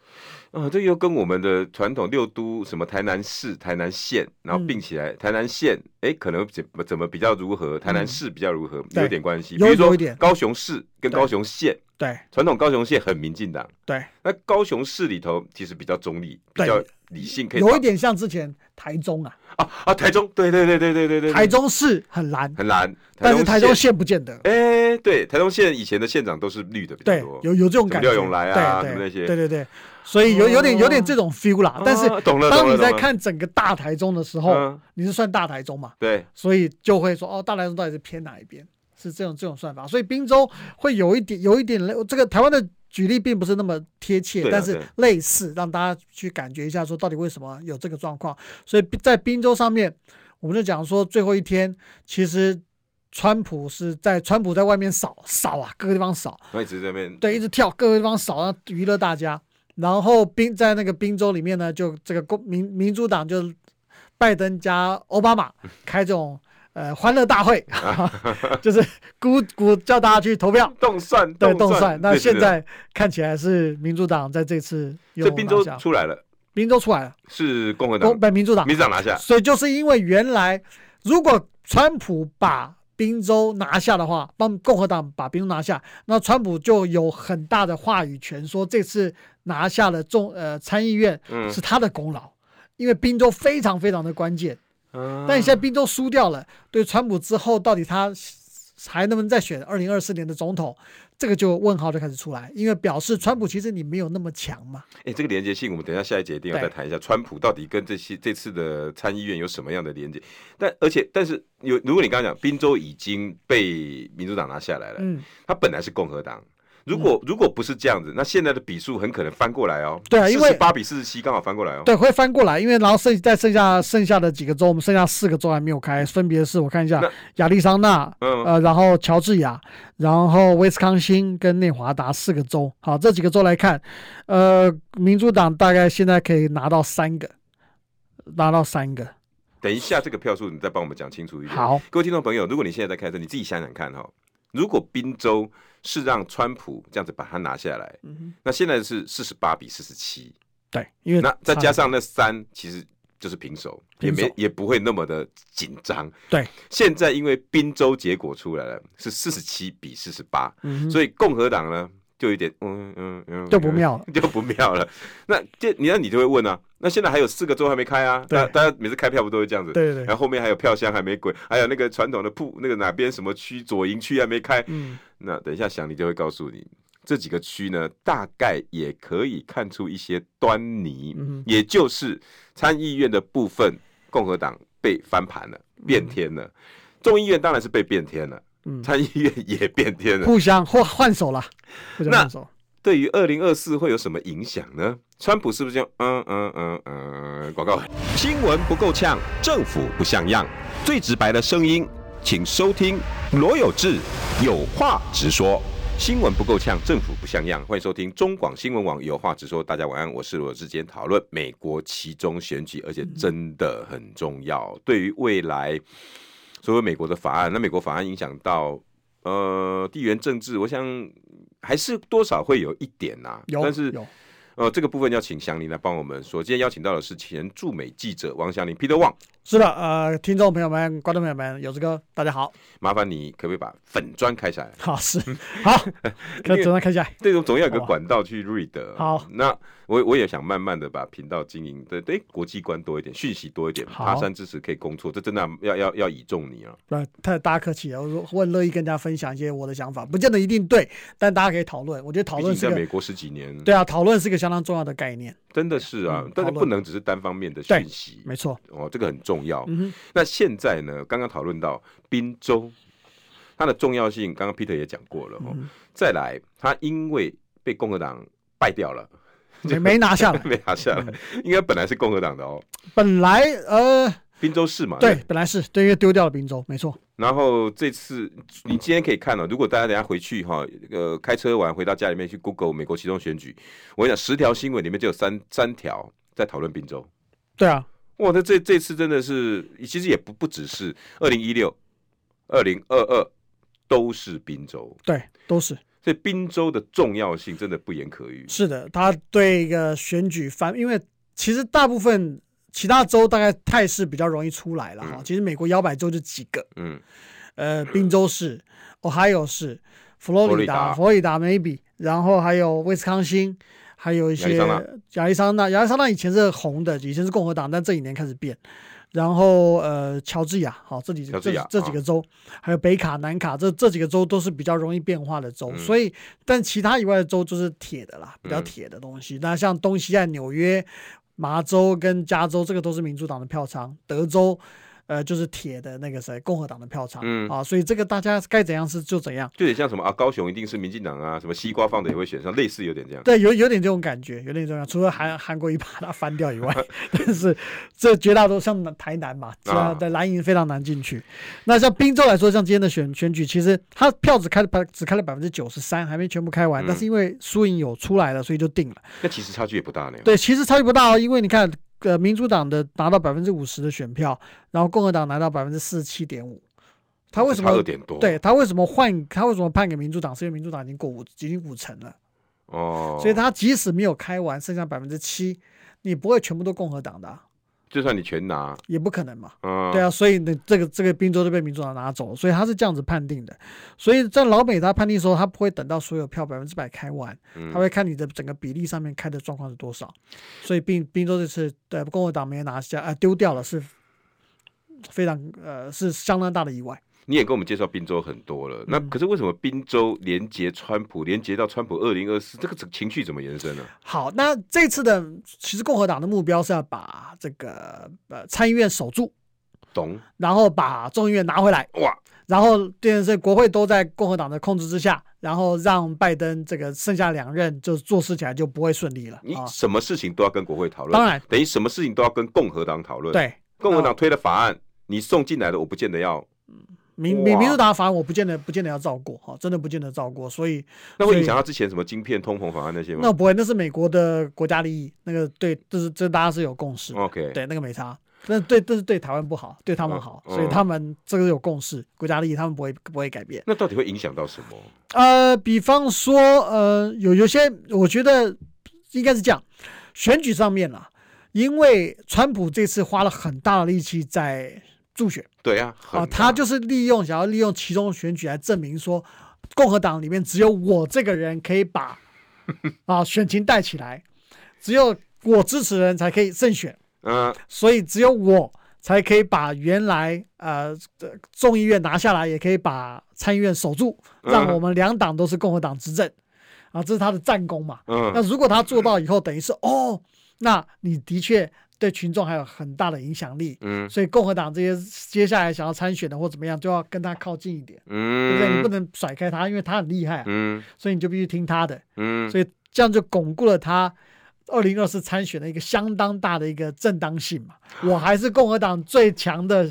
啊，这又跟我们的传统六都什么台南市、台南县，然后
嗯嗯
并起来，台南县哎，可能怎么怎么比较如何，台南市比较如何，有
对
点关系。比
有
如
有
说
一点
高雄市跟
对
高雄县，
对
传统高雄县很民进党，
对，
那高雄市里头其实比较中立，比
对
较理性，可以
有
打
一点像之前台中啊，
啊啊，台中，对对对对对对对，
台中市很蓝，
很蓝，
但是台中
县，
县不见得。
哎，对，台中县以前的县长都是绿的比较
对
多，，
有有这种感觉。
什么廖永来啊
对
什么
对
那些
对对对，所以有有点有点这种 feel 啦
啊。
但是
懂了，懂
当
了
你在
懂了
看整个大台中的时候，
嗯，
你是算大台中嘛？
对，
所以就会说哦，大台中到底是偏哪一边？是这种这种算法，所以滨州会有一点有一点类，这个台湾的举例并不是那么贴切，
对啊
但
对
是
啊
类似让大家去感觉一下，说到底为什么有这个状况。所以在滨州上面，我们就讲说最后一天，其实川普是在川普在外面扫扫啊，各个地方扫，
然后一直在那边
对，一直跳，各个地方扫，然后娱乐大家。然后宾在那个宾州里面呢，就这个共民民主党就拜登加奥巴马开这种呃欢乐大 会，就是鼓鼓叫大家去投票，
动算，
对，动算。那
对对
现
对
在看起来是民主党在这次又
这宾州
拿下
出来了，
宾州出来了，
是共和党
东，北民主党，
民主党拿下。
所以就是因为原来如果川普把宾州拿下的话，帮共和党把宾州拿下，那川普就有很大的话语权，说这次拿下了众呃参议院
嗯
是他的功劳，因为宾州非常非常的关键。
啊
但你现在宾州输掉了，对川普之后到底他还能不能再选二零二四年的总统，这个就问号就开始出来，因为表示川普其实你没有那么强嘛。
哎、这个连接性，我们等一下下一节一定要再
对
谈一下，川普到底跟这些这次的参议院有什么样的连接？但而且，但是有，如果你刚刚讲，宾州已经被民主党拿下来了，
嗯，
他本来是共和党。如果如果不是这样子，那现在的比数很可能翻过来哦。
对啊因为
八比四十七刚好翻过来哦。
对，会翻过来，因为然后剩再剩下剩下的几个州，我们剩下四个州还没有开，分别是我看一下
那
亚利桑那，
嗯
呃，然后乔治亚，然后威斯康星跟内华达四个州。好，这几个州来看，呃，民主党大概现在可以拿到三个，拿到三个。
等一下这个票数，你再帮我们讲清楚一点。
好，
各位听众朋友，如果你现在在开车，你自己想想看哈、如果宾州是让川普这样子把它拿下来，
嗯
那现在是四十八比四十七，
对，因为
那再
差
加上那三，其实就是平手，也
平手
没也不会那么的紧张。
对，
现在因为宾州结果出来了，是四十七比四十八，
嗯哼
所以共和党呢就有点嗯嗯嗯，
就不妙了
嗯， 就不妙了。那这你那你就会问啊，那现在还有四个州还没开啊？
对
大大家每次开票不都会这样子？
对对对
然后后面还有票箱还没滚，还有那个传统的铺那个哪边什么区左营区还没开。
嗯，
那等一下想你就会告诉你，这几个区呢，大概也可以看出一些端倪，
嗯
也就是参议院的部分共和党被翻盘了，变天了。众议院当然是被变天了，
嗯
参议院也变天 了。
互相或换手了，互相
那
换手。
对于二零二四会有什么影响呢？川普是不是这样？嗯嗯嗯嗯，广告。新闻不够呛，政府不像样，最直白的声音，请收听罗有志有话直说。新闻不够呛，政府不像样。欢迎收听中广新闻网有话直说。大家晚安，我是罗有志。今天讨论美国其中选举，而且真的很重要，对于未来所有美国的法案，那美国法案影响到呃地缘政治，我想还是多少会有一点呐、
有，
但是
有，
呃这个部分要请祥林来帮我们说。今天邀请到的是前驻美记者王祥林 Peter Wang，
是的，呃，听众朋友们、观众朋友们，有这个大家好，
麻烦你可不可以把粉砖开起来？
好是
嗯
好，可以总算看一下来，
这种总要有个
好啊
管道去 read。
好，
那我我也想慢慢的把频道经营的对国际观多一点，讯息多一点，
好
爬山支持可以攻错，这真的要要要倚重你啊。
不，太大家客气了，我我很乐意跟大家分享一些我的想法，不见得一定对，但大家可以讨论，我觉得讨
毕竟
论
你
是
在
个
美国十几年，
对啊，讨论是个相当重要的概念，
真的是啊
嗯，
但是
讨论
不能只是单方面的
对
讯息。
没错，
哦，这个很重要。
嗯哼，
那现在呢？刚刚讨论到滨州，它的重要性，刚刚 Peter 也讲过了哦。
嗯
再来，它因为被共和党败掉了，
没没拿下来，
被拿下来，
嗯
应该本来是共和党的哦，
本来呃，
滨州市嘛。
对，本来是对，因为丢掉了宾州，没错，
然后这次你今天可以看哦，如果大家等一下回去哈、呃，开车完回到家里面去 Google 美国其中选举，我跟你讲十条新闻里面就有三三条在讨论滨州。
对啊，
哇，那这这次真的是，其实也不不只是二零一六、二零二二都是滨州，
对，都是。
所以滨州的重要性真的不言可喻。
是的，他对一个选举翻，因为其实大部分其他州大概态势比较容易出来了哈。其实美国摇摆州就几个，
嗯，
呃，宾州市、Ohio 市、佛罗里达、
佛
佛罗里达 maybe，然后还有威斯康星，还有一
亚
些
利桑
亚利桑那，亚利桑那以前是红的，以前是共和党，但这几年开始变。然后呃，乔治亚，好，这里
乔
这
治亚啊
这几个州，还有北卡、南卡，这这几个州都是比较容易变化的州，
嗯
所以但其他以外的州就是铁的啦，比较铁的东西。那像东西岸纽约、麻州跟加州，这个都是民主党的票仓，德州。呃，就是铁的那个谁，共和党的票仓、
嗯
啊，所以这个大家该怎样是就怎样，
就有点像什么啊，高雄一定是民进党啊，什么西瓜放的也会选上，类似有点 这样。
对，有有点这种感觉，有点这种感觉，除了韩韩国瑜把它翻掉以外， 但是这绝大多数像台南嘛，
啊
这样的蓝营非常难进去。那像滨州来说，像今天的选选举，其实他票只开了百只开了百分之九十三，还没全部开
嗯
完，但是因为输赢有出来了，所以就定了。
那其实差距也不大呢。
对，其实差距不大哦，因为你看，呃，民主党的拿到百分之五十的选票，然后共和党拿到百分之四十七点五，他为什
差二
么？
点多？
对他为什么换？他为什么判给民主党？是因为民主党已经过五，已经五成了。
哦，
所以他即使没有开完，剩下百分之七，你不会全部都共和党的啊、
就算你全拿，
也不可能嘛。
嗯，
对啊，所以呢，这个这个宾州就被民主党拿走了，所以他是这样子判定的。所以在老美他判定的时候，他不会等到所有票百分之百开完，他会看你的整个比例上面开的状况是多少。所以宾宾州这次呃共和党没拿下，呃丢掉了是非常呃是相当大的意外。
你也跟我们介绍宾州很多了，
嗯
那可是为什么宾州连接川普，连接到川普二零二四，这个情绪怎么延伸呢、
好，那这次的其实共和党的目标是要把这个呃参议院守住，
懂
然后把众议院拿回来。
哇？
然后变成是国会都在共和党的控制之下，然后让拜登这个剩下两任就做事起来就不会顺利了
你
啊。
什么事情都要跟国会讨论，
当然
等于什么事情都要跟共和党讨论。，
对，
共和党推的法案，你送进来的，我不见得要，
民
哇
民民主党反而我不见得不见得要照过哈、真的不见得照过，所以
那会
所以
影响到之前什么晶片通膨法案那些吗
那不会，那是美国的国家利益，那个对，这是这大家是有共识的，
？OK，
对，那个没差。那对，这是对台湾不好，对他们好，
嗯嗯
所以他们这个有共识，国家利益他们不会不会改变。
那到底会影响到什么？
呃，比方说，呃，有有些，我觉得应该是这样，选举上面啦，因为川普这次花了很大的力气在助选
对啊，
啊、
很
他
大
就是利用想要利用其中选举来证明说，共和党里面只有我这个人可以把啊选情带起来，只有我支持的人才可以胜选，
嗯
所以只有我才可以把原来呃这众议院拿下来，也可以把参议院守住，让
嗯
我们两党都是共和党执政啊，这是他的战功嘛。那
嗯
如果他做到以后，等于是哦，那你的确对群众还有很大的影响力，
嗯
所以共和党这些接下来想要参选的或怎么样，就要跟他靠近一点，对不对？你不
嗯
能甩开他，因为他很厉害啊、
嗯
所以你就必须听他的，
嗯，
所以这样就巩固了他。二零二四参选的一个相当大的一个正当性嘛，
啊
我还是共和党最强的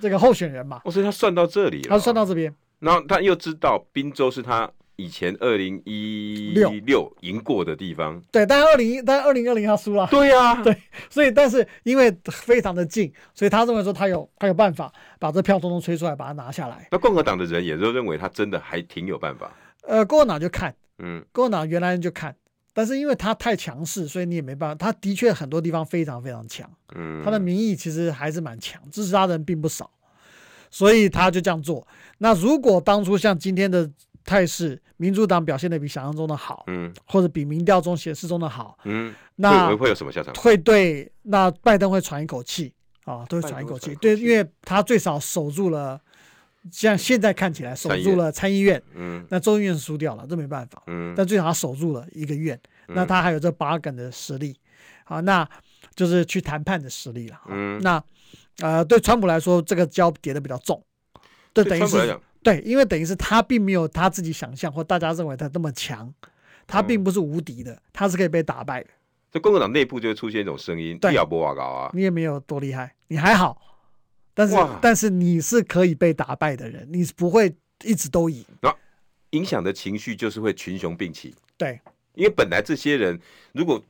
这个候选人嘛，
哦，所以他算到这里了，
他算到，这边，
然后他又知道滨州是他以前二零一六赢过的地方，
对，但二零但二零二零他输了，
对啊呀，对，
所以，但是因为非常的近，所以他认为说他有他有办法把这票通通吹出来，把它拿下来。
那共和党的人也都认为他真的还挺有办法，
呃，共和党就看，
嗯
共和党原来人就看，但是因为他太强势，所以你也没办法。他的确很多地方非常非常强，
嗯，
他的民意其实还是蛮强，支持他的人并不少，所以他就这样做。那如果当初像今天的态势，民主党表现的比想象中的好，
嗯
或者比民调中显示中的好，
嗯，
那
会会有什么下场？
会对那拜登会喘一口气啊，都会
拜登
喘一口气，
会喘一口
对，
气
因为他最少守住了，像现在看起来守
参议
住
院
了参议院，
嗯
那众议院输掉了，这没办法，
嗯
但最少他守住了一个院，那
嗯
他还有这 bargain 的实力，啊，那就是去谈判的实力了。啊
嗯，
那呃，对川普来说，这个胶跌的比较重，对，等
对
于
川普来
是
讲，
对，因为等于是他并没有他自己想象或大家认为他那么强，他
嗯
并不是无敌的，他是可以被打败的。
这共和党内部就会出现一种声音，
对嗯
利亚波瓦高啊，
你也没有多厉害，你还好，但是
哇
但是你是可以被打败的人，你是不会一直都赢。
影响的情绪就是会群雄并起，
对
因为本来这些人如果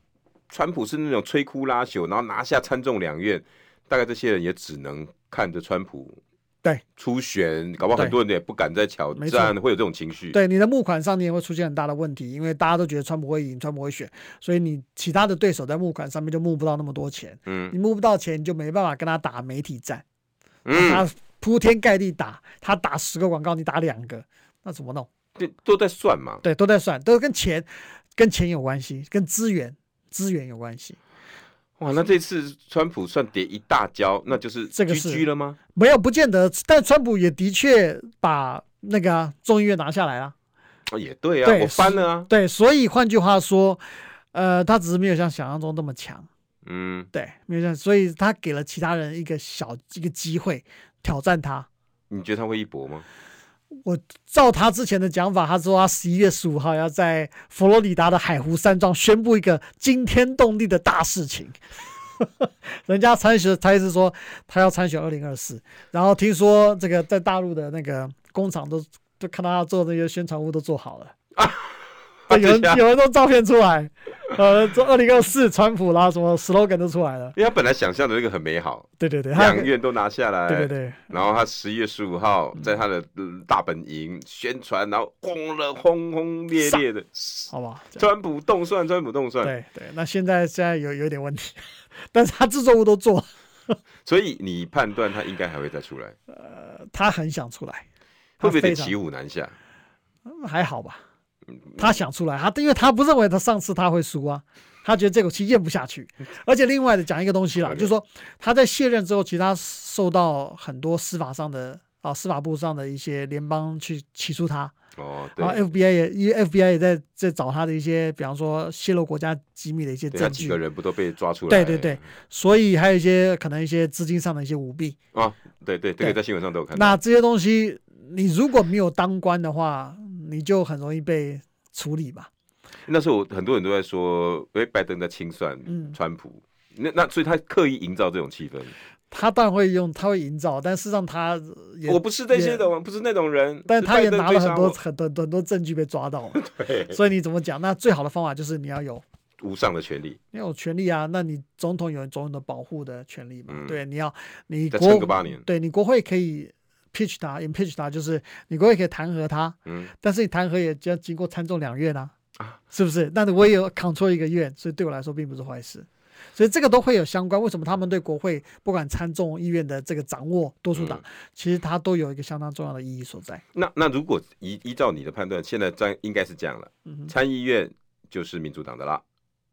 川普是那种摧枯拉朽，然后拿下参众两院，大概这些人也只能看着川普
对
初选，搞不好很
对
多人也不敢再挑
没错
战，会有这种情绪。
对，你的募款上面会出现很大的问题，因为大家都觉得川普会赢，川普会选，所以你其他的对手在募款上面就募不到那么多钱，
嗯
你募不到钱，你就没办法跟他打媒体战，
嗯，
他铺天盖地打，他打十个广告，你打两个，那怎么弄？
这都在算嘛。
对，都在算，都跟钱跟钱有关系，跟资源资源有关系。
哇，那这次川普算跌一大跤，那就是
这个是
GG 了吗？
没有，不见得。但川普也的确把那个啊众议院拿下来了。
啊，也对啊，
对
我翻了啊。
对，所以换句话说，呃，他只是没有像想象中那么强。
嗯，
对，没有像，所以他给了其他人一个小一个机会挑战他。
你觉得他会一搏 吗？
我照他之前的讲法，他说他十一月十五号要在佛罗里达的海湖山庄宣布一个惊天动地的大事情。 人家参选，他也是说他要参选二零二四，然后听说这个在大陆的那个工厂都 都看到他做那些宣传物都做好了。啊有人
对啊
有人弄照片出来， 呃，这二零二四川普啦，什么 slogan 都出来了。
因为他本来想象的那个很美 好，
对对对，他有
两
个
院都拿下来，
对对嗯对，
然后他十一月十五号在他的呃大本营宣传，然后轰了轰轰烈烈的，
好吧，这样
川普动算，川普动算。
对对，那现在现在有有点问题， 但是他制作物都做了，
所以你判断他应该还会再出来，
他很想出来，
会不会有
他非
点嗯
常
骑虎难下？
嗯还好吧？他想出来，他因为他不认为他上次他会输啊，他觉得这口气咽不下去。
嗯
而且另外的讲一个东西啦，就是说他在卸任之后，其实他受到很多司法上的啊司法部上的一些联邦去起诉他，
哦，对
然后，FBI 也因为 FBI 也在在找他的一些，比方说泄露国家机密的一些
对他
证
几
据
个。人不都被抓出来？
对对对，所以还有一些可能一些资金上的一些舞弊，
啊，对对，这
对
个在新闻上都有看到。
那这些东西，你如果没有当官的话，你就很容易被处理吧。
那时候我很多人都在说，哎，拜登在清算
嗯
川普，那那所以他刻意营造这种气氛。
他当然会用，他会营造，但事实上他呃也，
我不是那些
也
的，我不是那种人。
但
是
他也
拜登
拿了
追杀
很多
我
很多很多证据被抓到了。
对
所以你怎么讲？那最好的方法就是你要有
无上的权利，
你要有权利啊，那你总统有总统的保护的权利嘛？
嗯
对，你要你
再
国
撑个八年。
对你国会可以 pitch 他，impeach 他，就是你国会可以弹劾他，
嗯，
但是你弹劾也就要经过参众两院啊，
啊
是不是？那我也有 control 一个院，所以对我来说并不是坏事。所以这个都会有相关。为什么他们对国会不管参众议院的这个掌握多数
嗯
党，其实它都有一个相当重要的意义所在。
那那如果依依照你的判断，现在这样应该是这样了，
嗯
参议院就是民主党的啦，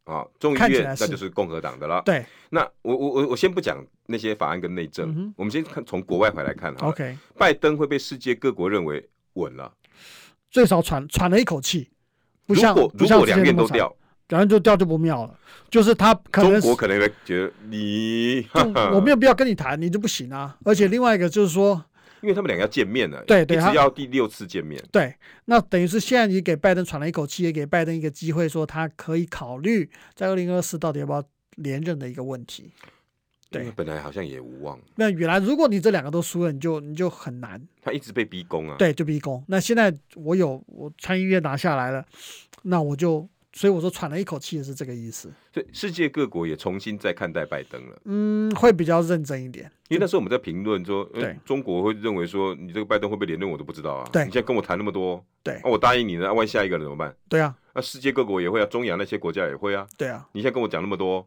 啊，众议
看起
院
来
那
是
就是共和党的啦。
对
那我我我我先不讲那些法案跟内政，
嗯哼
我们先看从国外回来看好了
，OK，
拜登会被世界各国认为稳了。
最少喘喘了一口气，不像
如果
不
如
像
果
之前
两
那
院
么
都
惨，
掉，
两院就掉就不妙了。就是他可能
中
是
国可能会觉得你， 哈哈
就我没有必要跟你谈，你就不行啊。而且另外一个就是说，
因为他们两个要见面了，
对对
一
他
直要第六次见面。
对，那等于是现在你给拜登喘了一口气，也给拜登一个机会，说他可以考虑在二零二四到底要不要连任的一个问题。对
因为本来好像也无望，
那原来如果你这两个都输了，你就你就很难，
他一直被逼宫啊。，
对，就逼宫。那现在我有我参议院拿下来了，那我就所以我说喘了一口气也是这个意思，
所以世界各国也重新在看待拜登了。
嗯，会比较认真一点。
因为那时候我们在评论说，呃
对
中国会认为说你这个拜登会不会连任，我都不知道啊。
对
你现在跟我谈那么多，啊
对
那、我答应你了，那、万一下一个人怎么办？
对啊，
那、世界各国也会啊，中亚那些国家也会啊。
对啊，
你现在跟我讲那么多，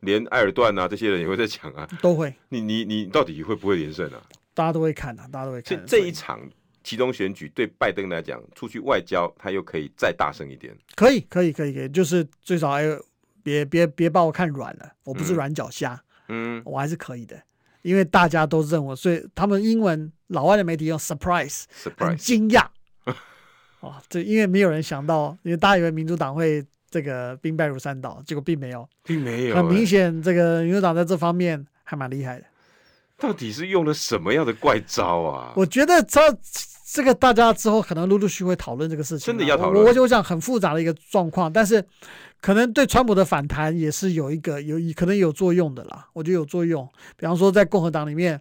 连埃尔段啊这些人也会在讲啊，
都会，
你你你到底会不会连胜啊？
大家都会看的、啊，大家都会
所以
看。
这
所以
一场其中选举对拜登来讲，出去外交他又可以再大声一点。
可以，可以，可以，可以，就是最少哎，别别别把我看软了，我不是
嗯
软脚虾。
嗯，
我还是可以的，因为大家都认为，所以他们英文老外的媒体用 surprise，很
surprise，
惊 讶。哦，这因为没有人想到，因为大家以为民主党会这个兵败如山倒，结果并没有。
并没有、
很
哎
明显，这个民主党在这方面还蛮厉害的。
到底是用了什么样的怪招啊？
我觉得这这个大家之后可能陆陆续续会讨论这个事情啊，
真的要讨论
我我我想很复杂的一个状况，但是可能对川普的反弹也是有一个有可能有作用的啦，我觉得有作用。比方说在共和党里面。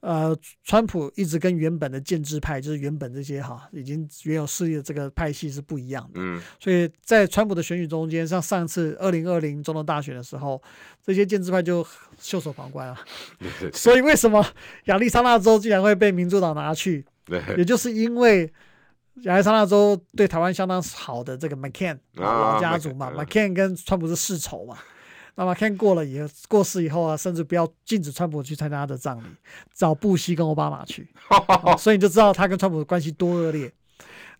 呃，川普一直跟原本的建制派，就是原本这些哈已经原有势力的这个派系是不一样的。
嗯，
所以在川普的选举中间，像上次二零二零总统大选的时候，这些建制派就袖手旁观啊。
对对
所以为什么亚利桑那州竟然会被民主党拿去？
对，
也就是因为亚利桑那州对台湾相当好的这个 McCain
啊
老家族嘛、
McCain，嗯
m c c a i n 跟川普是世仇嘛。那 McCain 过了以后，过世以后啊，甚至不要禁止川普去参加他的葬礼，找布希跟奥巴 马去、啊所以你就知道他跟川普的关系多恶劣。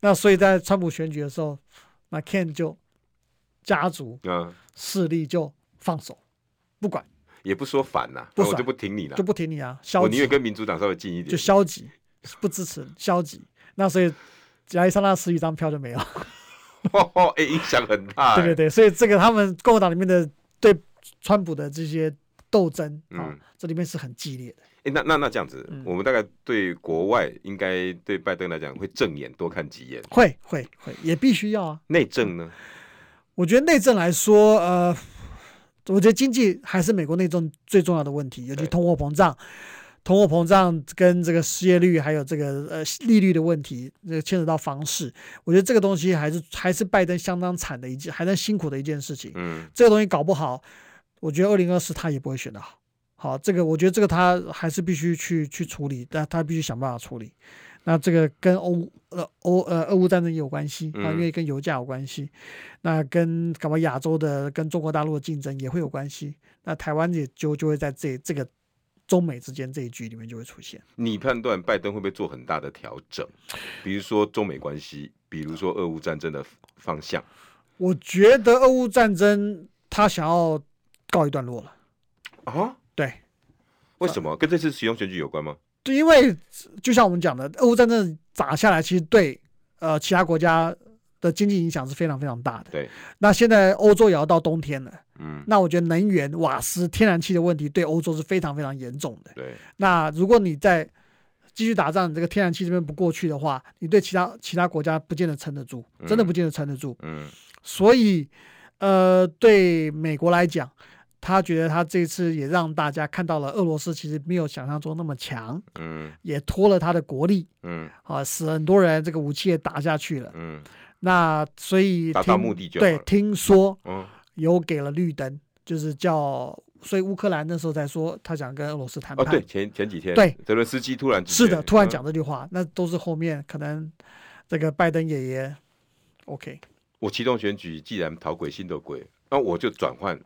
那所以在川普选举的时候，McCain 就家族
嗯，
势力就放手，不管
也不说反呐、
不
我
反
就不挺你了
就，不挺你啊，消
我
极
宁愿跟民主党稍微近一
就
点。
消极，不支持，消极。那所以亚利桑那十一张票就没有。
哎、影响很大、哎
对对对，所以这个他们共和党里面的对川普的这些斗争啊，
嗯
这里面是很激烈的。
哎、那那那这样子，
嗯
我们大概对国外应该对拜登来讲会正眼多看几眼，
会会会，也必须要啊。
内政呢？
我觉得内政来说，呃，我觉得经济还是美国内政最重要的问题，尤其
对
通货膨胀。通货膨胀跟这个失业率，还有这个呃利率的问题，这个牵扯到房市，我觉得这个东西还是还是拜登相当惨的一件，还在辛苦的一件事情。
嗯，
这个东西搞不好，我觉得二零二四他也不会选得好。好，这个我觉得这个他还是必须去去处理，但他必须想办法处理。那这个跟欧呃欧呃俄乌战争也有关系啊，
嗯
因为跟油价有关系，那跟搞不好亚洲的跟中国大陆的竞争也会有关系。那台湾也就就会在这这个中美之间这一局里面就会出现。
你判断拜登会不会做很大的调整？比如说中美关系，比如说俄乌战争的方向。
我觉得俄乌战争他想要告一段落了，
啊？
对，
为什么？跟这次使用选举有关吗？
对，因为就像我们讲的，俄乌战争打下来，其实对呃其他国家的经济影响是非常非常大的。
对，
那现在欧洲也要到冬天了，
嗯，
那我觉得能源、瓦斯、天然气的问题对欧洲是非常非常严重的。
对，
那如果你在继续打仗，你这个天然气这边不过去的话，你对其他其他国家不见得撑得住，真的不见得撑得住。
嗯，
所以，呃，对美国来讲，他觉得他这次也让大家看到了俄罗斯其实没有想象中那么强。
嗯，
也拖了他的国力
嗯，
啊，使很多人这个武器也打下去了。
嗯，
那所以
达到
听
目的就好
对
了，
听说
哦，
有给了绿灯，就是叫，所以乌克兰那时候在说他想跟俄罗斯谈
哦，
判。
对，前前几天，
对
泽伦斯基突然之
是的，
间
突然
嗯
讲这句话，那都是后面可能这个拜登爷爷 OK
我启动选举，既然讨鬼心的鬼，那我就转换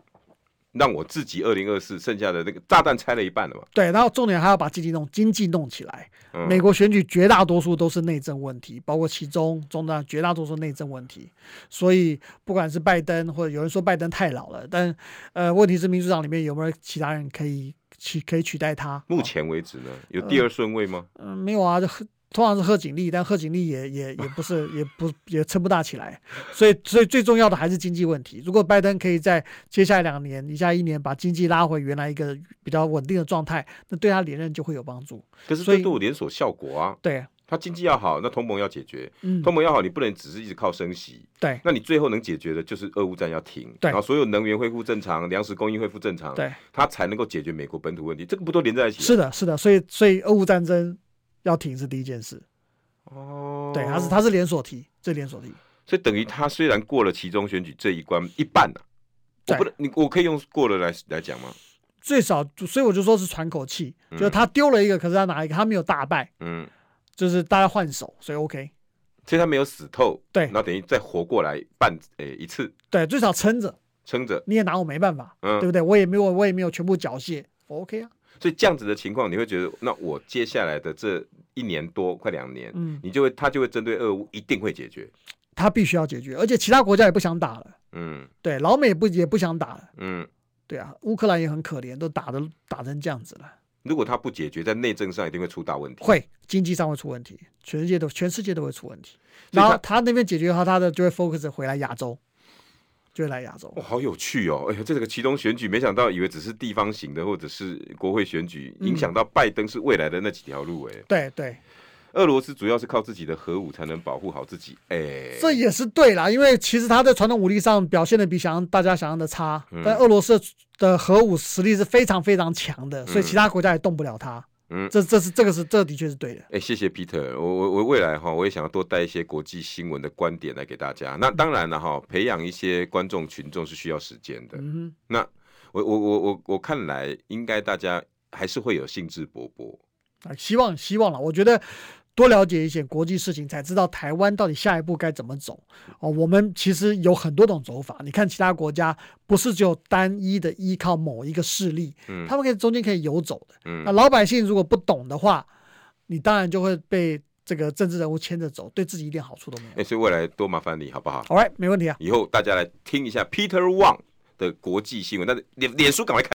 让我自己二零二四剩下的那个炸弹拆了一半了嘛。
对，然后重点还要把经济弄经济弄起来。
嗯
美国选举绝大多数都是内政问题，包括其中中段绝大多数内政问题。所以不管是拜登，或者有人说拜登太老了，但呃，问题是民主党里面有没有其他人可以取可以取代他？
目前为止呢，有第二顺位吗？
嗯、没有啊，就贺通常是贺锦丽，但贺锦丽也也也不是也不也撑不大起来，所以所以最重要的还是经济问题。如果拜登可以在接下来两年、以下一年把经济拉回原来一个比较稳定的状态，那对他连任就会有帮助。
可是
所以
这都有连锁效果啊。
对，
它经济要好，那通膨要解决，
嗯，
通膨要好，你不能只是一直靠升息。
对
那你最后能解决的就是俄乌战要停，
对
然后所有能源恢复正常，粮食供应恢复正常，
对，
它才能够解决美国本土问题。这个不都连在一起？
是的，是的，所以所以俄乌战争要停是第一件事，
哦，
对，它是它是连锁题，这连锁题，
所以等于他虽然过了其中选举这一关一半啊，我
对
不能，你我可以用过了来来讲吗？
最少，所以我就说是喘口气，就是他丢了一个，可是他拿一个，他没有大败，
嗯，
就是大家换手，所以 OK，
所以他没有死透，
对
那等于再活过来半诶、一次
对，最少撑着，
撑着，
你也拿我没办法，
嗯
对，不对？我也没有我也没有全部缴械，我 OK 啊，
所以这样子的情况，你会觉得，那我接下来的这一年多快两年，
嗯
你就会他就会针对俄乌一定会解决，
他必须要解决，而且其他国家也不想打了，
嗯
对，老美也不也不想打了，
嗯。
对啊，乌克兰也很可怜，都打的打成这样子了，
如果他不解决，在内政上一定会出大问题。
会经济上会出问题，全世界都全世界都会出问题。
所以
然后
他
他那边解决好他的，就会 focus 回来亚洲，就会来亚洲。
哇，好有趣哦！哎呀，这个其中选举，没想到以为只是地方型的或者是国会选举，
嗯
影响到拜登是未来的那几条路。哎，
对对，
俄罗斯主要是靠自己的核武才能保护好自己。哎，
这也是对啦，因为其实他在传统武力上表现的比想象大家想象的差，但俄罗斯的核武实力是非常非常强的，所以其他国家也动不了他。
嗯
这这是这个是这的确是对的。
哎、谢谢 Peter，我我我未来哈，我也想要多带一些国际新闻的观点来给大家。那当然了哈，培养一些观众群众是需要时间的。
嗯
那我我我我我看来，应该大家还是会有兴致勃勃。
哼，啊，希望希望了，我觉得。多了解一些国际事情，才知道台湾到底下一步该怎么走。哦，我们其实有很多种走法。你看其他国家，不是只有单一的依靠某一个势力，
嗯
他们可以中间可以游走的。
嗯
那老百姓如果不懂的话，你当然就会被这个政治人物牵着走，对自己一点好处都没
哎、
有。
所以未来多麻烦你好不好？
好，right，没问题啊。
以后大家来听一下 Peter Wang 的国际新闻，但是脸脸书赶快看。